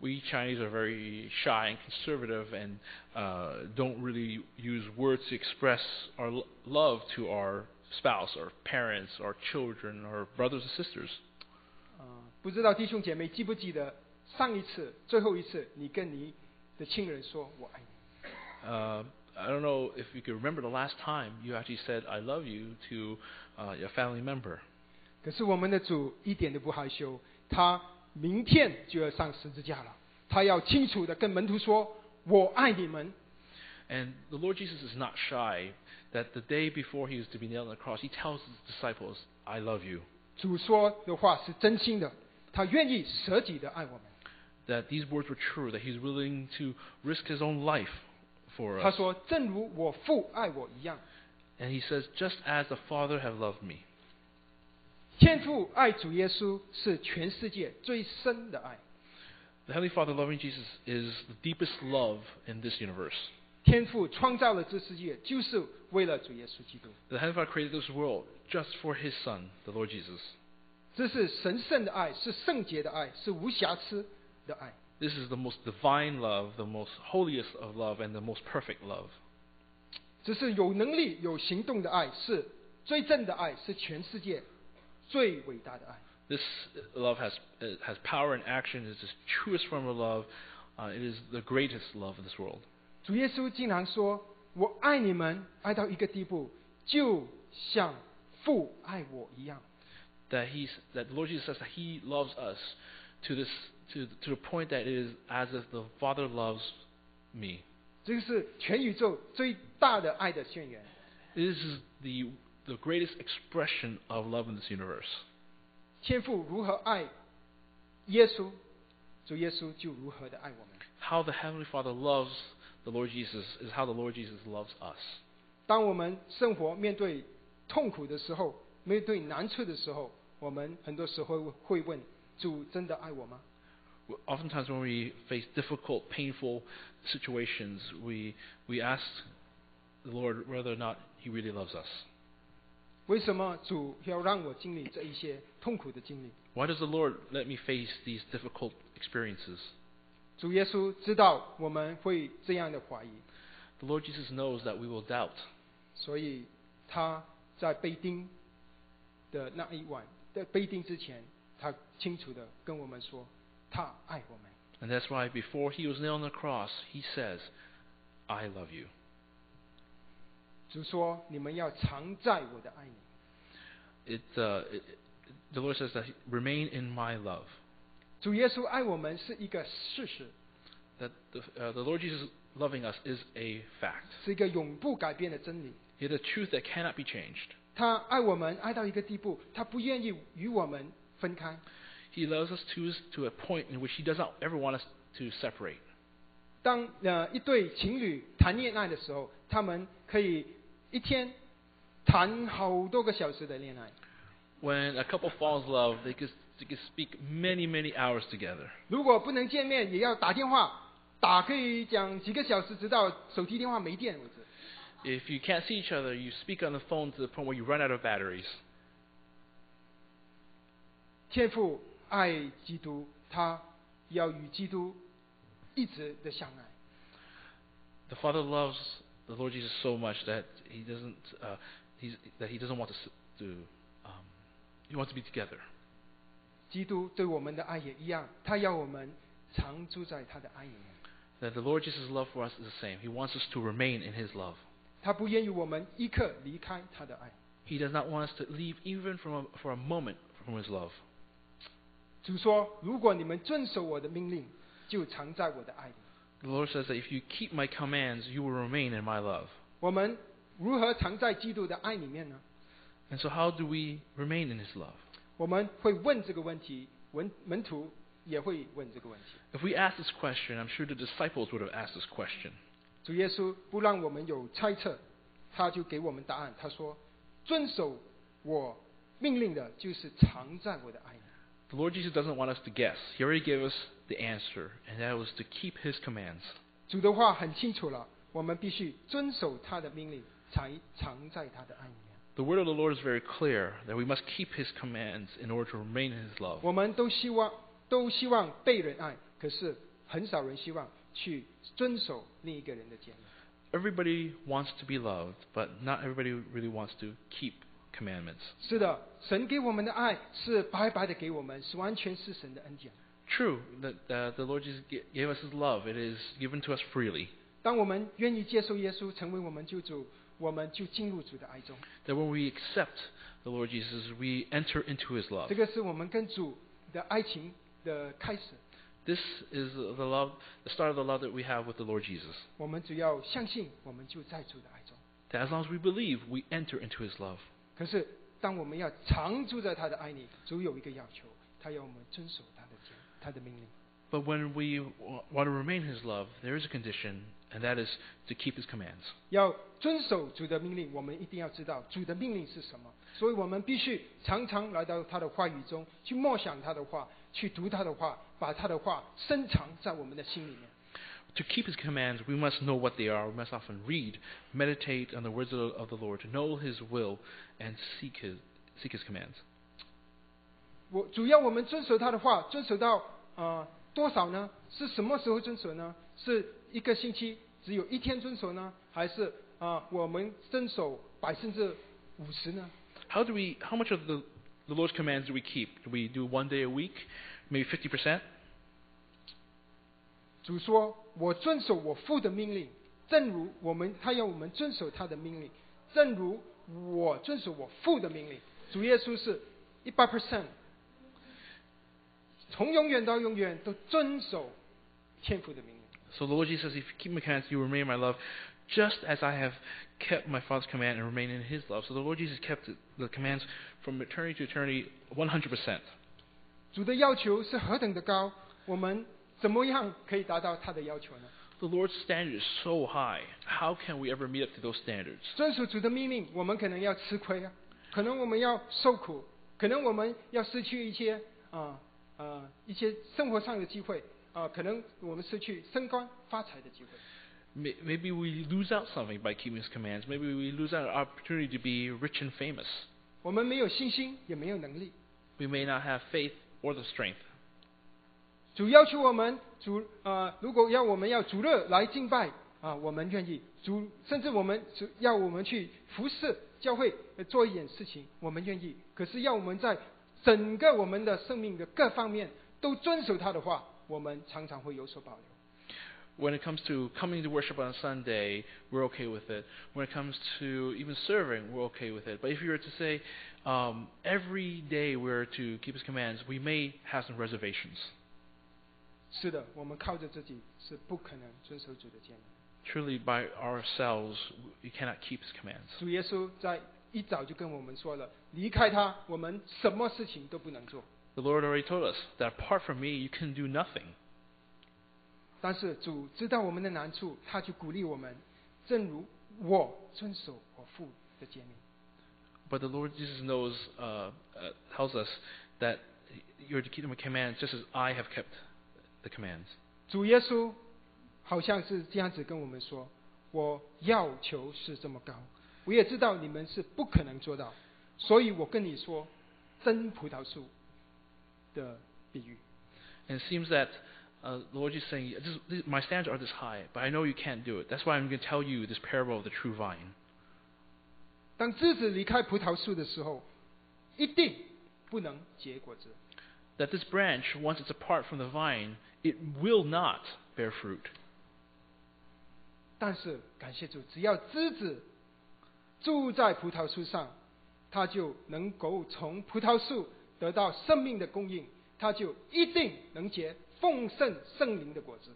We Chinese are very shy and conservative and uh, don't really use words to express our lo- love to our spouse, our parents, our children, our brothers and sisters. ”。
呃，不知道弟兄姐妹记不记得上一次、最后一次，你跟你的亲人说“我爱你
Uh, I don't know if you can remember the last time you actually said "I love you" to uh, your family member.
可是我们的主一点都不害羞，他明天就要上十字架了，他要清楚的跟门徒说：“我爱你们。
And the Lord Jesus is not shy that the day before he is to be nailed on the cross, he tells his disciples, I love you. ”
主说的话是真心的，他愿意舍己的爱我们。
That these words were true, that he's willing to risk his own life for
他
us.
说：“正如我父爱我一样，
And he says, Just as the Father have loved me.
天父爱主耶稣是全世界最深的爱。
The Heavenly Father loving Jesus is the deepest love in this universe.
天父创造了这世界，就是为了主耶稣基督。
The Heavenly Father created this world just for his Son, the Lord Jesus.
这是神圣的爱，是圣洁的爱，是无瑕疵的爱。
This is the most divine love, the most holiest of love, and the most perfect love.
这是有能力、有行动的爱，是最正的爱，是全世界最伟大的爱。
This love has uh, has power and action. It's its truest form of love. Uh, it is the greatest love in this world.
主耶稣经常说：“我爱你们，爱到一个地步，就像父爱我一样。
That he's that the Lord Jesus says that He loves us to this to to the point that it is as if the Father loves me. ”
这个是全宇宙最大的爱的宣言。
This is the the greatest expression of love in this universe.
天父如何爱耶稣，主耶稣就如何的爱我们。
How the Heavenly Father loves the Lord Jesus is how the Lord Jesus loves us.
当我们生活面对痛苦的时候，面对难处的时候，我们很多时候会问：主真的爱我吗？
Oftentimes, when we face difficult, painful situations, we we ask the Lord whether or not He really loves us.
为什么主要让我经历这一些痛苦的经历？
Why does the Lord let me face these difficult experiences?
主耶稣知道我们会这样的怀疑，
The Lord Jesus knows that we will doubt.
所以他在被钉的那一晚，在被钉之前，他清楚的跟我们说，他爱我们。
And that's why before he was nailed on the cross, he says, I love you.
主说：“你们要常在我的爱里。
It, uh, it, the Lord says that remain in my love. ”
主耶稣爱我们是一个事实，
That the, uh, the Lord Jesus loving us is a fact.
是一个永不改变的真理。
It is a truth that cannot be changed.
他爱我们爱到一个地步，他不愿意与我们分开。
He loves us to, his- to a point in which he does not ever want us to separate.
当呃一对情侣谈恋爱的时候，他们可以一天谈好多个小时的恋爱，
When a couple falls in love, they can, they can speak many, many hours together.
如果不能见面，也要打电话，打可以讲几个小时，直到手机电话没电为止。
If you can't see each other, you speak on the phone to the point where you run out of batteries.
天父爱基督，他要与基督一直的相爱。
The Father loves the Lord Jesus so much that he doesn't uh, he's, that he doesn't want to s- to um, he wants to be together.
基督对我们的爱也一样，他要我们常住在他的爱里面。
That the Lord Jesus' love for us is the same. He wants us to remain in His love.
他不愿意我们一刻离开他的爱。
He does not want us to leave even from a, for a moment from His love.
主说：“如果你们遵守我的命令，就常在我的爱里。
The Lord says that if you keep my commands, you will remain in my love. ”
我们如何常在基督的爱里面呢？
And so, how do we remain in His love?
我们会问这个问题，门门徒也会问这个问题。
If we ask this question, I'm sure the disciples would have asked this question.
主耶稣不让我们有猜测，他就给我们答案。他说：“遵守我命令的，就是常在我的爱里。
The Lord Jesus doesn't want us to guess. He already gave us the answer, and that was to keep His commands. ”
主的话很清楚了，我们必须遵守他的命令，才常在他的爱里面。
The word of the Lord is very clear that we must keep his commands in order to remain in his love.
我们都希望都希望被人爱，可是很少人希望去遵守另一个人的建议。
Everybody wants to be loved, but not everybody really wants to keep commandments.
是的，神给我们的爱是白白的给我们，是完全是神的恩典。
True that uh, the Lord Jesus g- gave us his love, it is given to us freely.
当我们愿意接受耶稣成为我们救主，我们就进入主的爱中。
That when we accept the Lord Jesus, we enter into his love.
这个是我们跟主的爱情的开始。
This is the love, the start of the love that we have with the Lord Jesus.
我们只要相信，我们就在主的爱中。
That as long as we believe, we enter into his love.
可是，当我们要常住在他的爱里，主有一个要求，他要我们遵守他的诫他的命令。
But when we w- want to remain in his love, there is a condition, and that is to keep his commands.
要遵守主的命令，我们一定要知道主的命令是什么。所以我们必须常常来到他的话语中，去默想他的话，去读他的话，把他的话深藏在我们的心里面。
To keep his commands, we must know what they are. We must often read, meditate on the words of the, of the Lord, to know his will, and seek his, seek his commands.
我主要我们遵守他的话，遵守到呃多少呢？是什么时候遵守呢？是一个星期只有一天遵守呢，还是啊、呃我们遵守百分之五十呢？
How do we? How much of the, the Lord's commands do we keep? Do we do one day a week, maybe fifty percent?
主说：“我遵守我父的命令，正如我们他要我们遵守他的命令，正如我遵守我父的命令。”主耶稣是一百 percent，从永远到永远都遵守天父的命令。
So the Lord Jesus says, "If you keep my commands, you remain in my love, just as I have kept my Father's command and remain in His love." So the Lord Jesus kept the- the commands from eternity to eternity, one hundred percent.
主的要求是何等的高，我们怎么样可以达到他的要求呢？
The Lord's standard is so high. How can we ever meet up to those standards?
遵守主的命令，我们可能要吃亏啊，可能我们要受苦，可能我们要失去一些啊啊、呃一些生活上的机会啊、可能我们失去升官发财的机会。
May- Maybe we lose out something by keeping His commands. Maybe we lose out an opportunity to be rich and famous.
我们没有信心，也没有能力。
We may not have faith or the strength.
主要求我们主啊、呃如果要我们要主日来敬拜啊、我们愿意主，甚至我们主要我们去服侍教会、呃做一点事情，我们愿意。可是要我们在整个我们的生命的各方面都遵守他的话，我们常常会有所保留。
When it comes to coming to worship on a Sunday, we're okay with it. When it comes to even serving, we're okay with it. But if you were to say um, every day we're to keep His commands, we may have some reservations.
是的，我们靠着自己是不可能遵守主的诫命。
Truly, by ourselves, we cannot keep His commands.
主耶稣在一早就跟我们说了，离开他，我们什么事情都不能做。
The Lord already told us that apart from me, you can do nothing.
但是主知道我们的难处，他就鼓励我们，正如我遵守我父的诫命。
But the Lord Jesus knows, uh, uh, tells us that you're to keep the commands just as I have kept the commands.
主耶稣好像是这样子跟我们说：“我要求是这么高，我也知道你们是不可能做到，所以我跟你说，真葡萄树的比喻。
And it seems that uh, the Lord is saying, this, this, My standards are this high, but I know you can't do it. That's why I'm going to tell you this parable of the true vine.
当枝子离开葡萄树的时候，一定不能结果子。
That this branch, once it's apart from the vine, it will not bear fruit.
但是感谢主，只要枝子住在葡萄树上，它就能够从葡萄树得到生命的供应，它就一定能结丰盛圣灵的果子。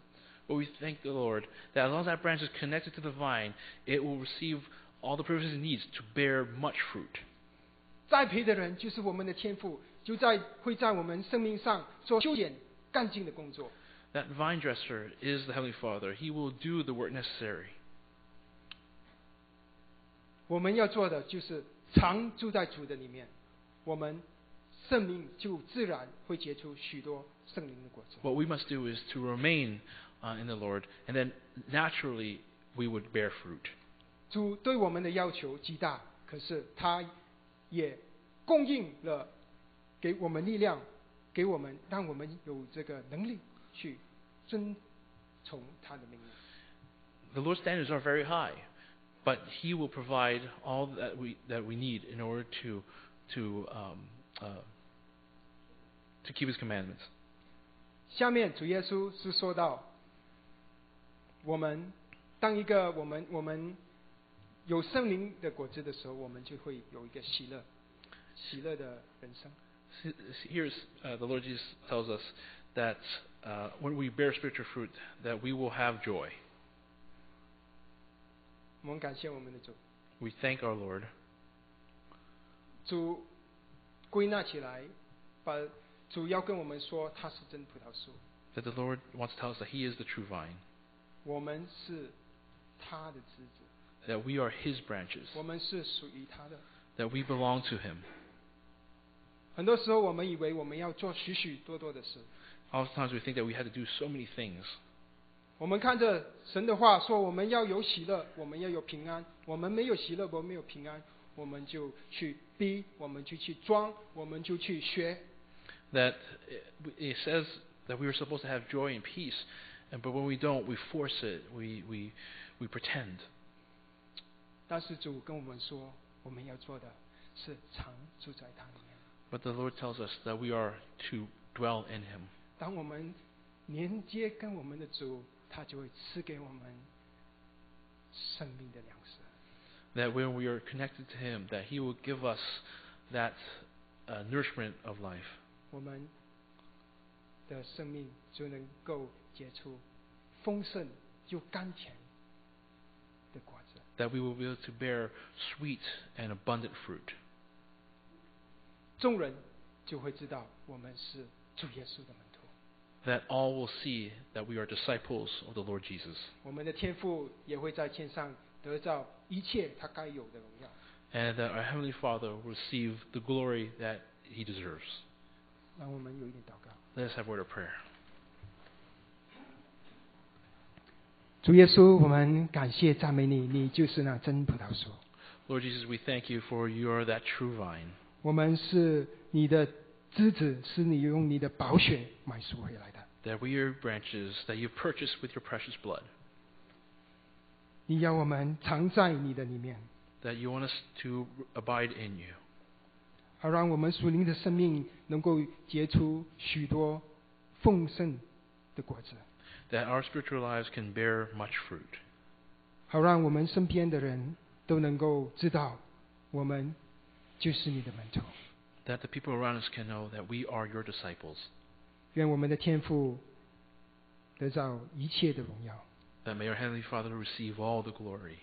But we thank the Lord that as long as that branch is connected to the vine, it will receive all the provisions it needs to bear much fruit.
栽培的人就是我们的天赋，就在会在我们生命上做修剪干净的工作。
That vine dresser is the Heavenly Father. He will do the work necessary.
我们要做的就是常住在主的里面，我们生命就自然会结出许多圣灵的果子。
What we must do is to remain uh, in the Lord, and then naturally we would bear fruit.
主对我们的要求极大，可是他也供应了给我们力量，给我们让我们有这个能力去遵从他的命令。
The Lord's standards are very high, but He will provide all that we that we need in order to to um, uh, to keep His commandments.
下面主耶稣是说到，我们当一个我们我们有圣灵的果子的时候，我们就会有一个喜乐，喜乐的人生。
S- s- Here's uh, the Lord Jesus tells us that uh, when we bear spiritual fruit, that we will have joy.
我们感谢我们的主，
We thank our Lord.
主归纳起来，把主要跟我们说，他是真葡萄树，
that the Lord wants to tell us that He is the true vine,
我们是他的枝子，
that we are His branches,
我们是属于他的。
that we belong to Him.
很多时候，我们以为我们要做许许多多的事，
Oftentimes we think that we had to do so many things.
我们看着神的话说，我们要有喜乐，我们要有平安。我们没有喜乐，我们没有平安，我们就去逼，我们就去装，我们就去学。
That it, it says that we were supposed to have joy and peace, and but when we don't, we force it. We we we pretend.
但是主跟我们说，我们要做的是常住在他里面。
But the Lord tells us that we are to dwell in Him.
当我们连接跟我们的主，他就会赐给我们生命的粮食。
That when we are connected to Him, that He will give us that uh, nourishment of life.
我们的生命就能够结出丰盛又甘甜的果子。
That we will be able to bear sweet and abundant fruit.
众人就会知道我们是主耶稣的门徒。
that all will see that we are disciples of the Lord Jesus,
我们的天父也会在天上得到一切他该有的荣耀。
and that our Heavenly Father will receive the glory that He deserves.
让我们有一点祷告。
Let us have a word of prayer.
主耶稣，我们感谢赞美你，你就是那真葡萄树。
Lord Jesus, we thank you for you are that true vine,
我们是你的枝子，是你用你的宝血买赎回来的。
that we are branches that you purchased with your precious blood,
你要我们藏在你的里面，
that you want us to abide in you,
好让我们属灵的生命能够结出许多丰盛的果子，
that our spiritual lives can bear much fruit,
好让我们身边的人都能够知道，我们就是你的门徒。
that the people around us can know that we are your disciples,
愿我们的天父得到一切的荣耀。
that may our Heavenly Father receive all the glory.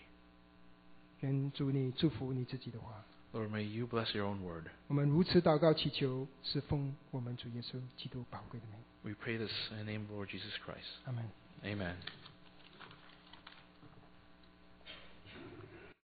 愿主你祝福你自己的话。
Lord, may you bless your own word.
我们如此祷告祈求，是奉我们主耶稣基督宝贵的名。
We pray this in the name of the Lord Jesus Christ.
阿门。
Amen.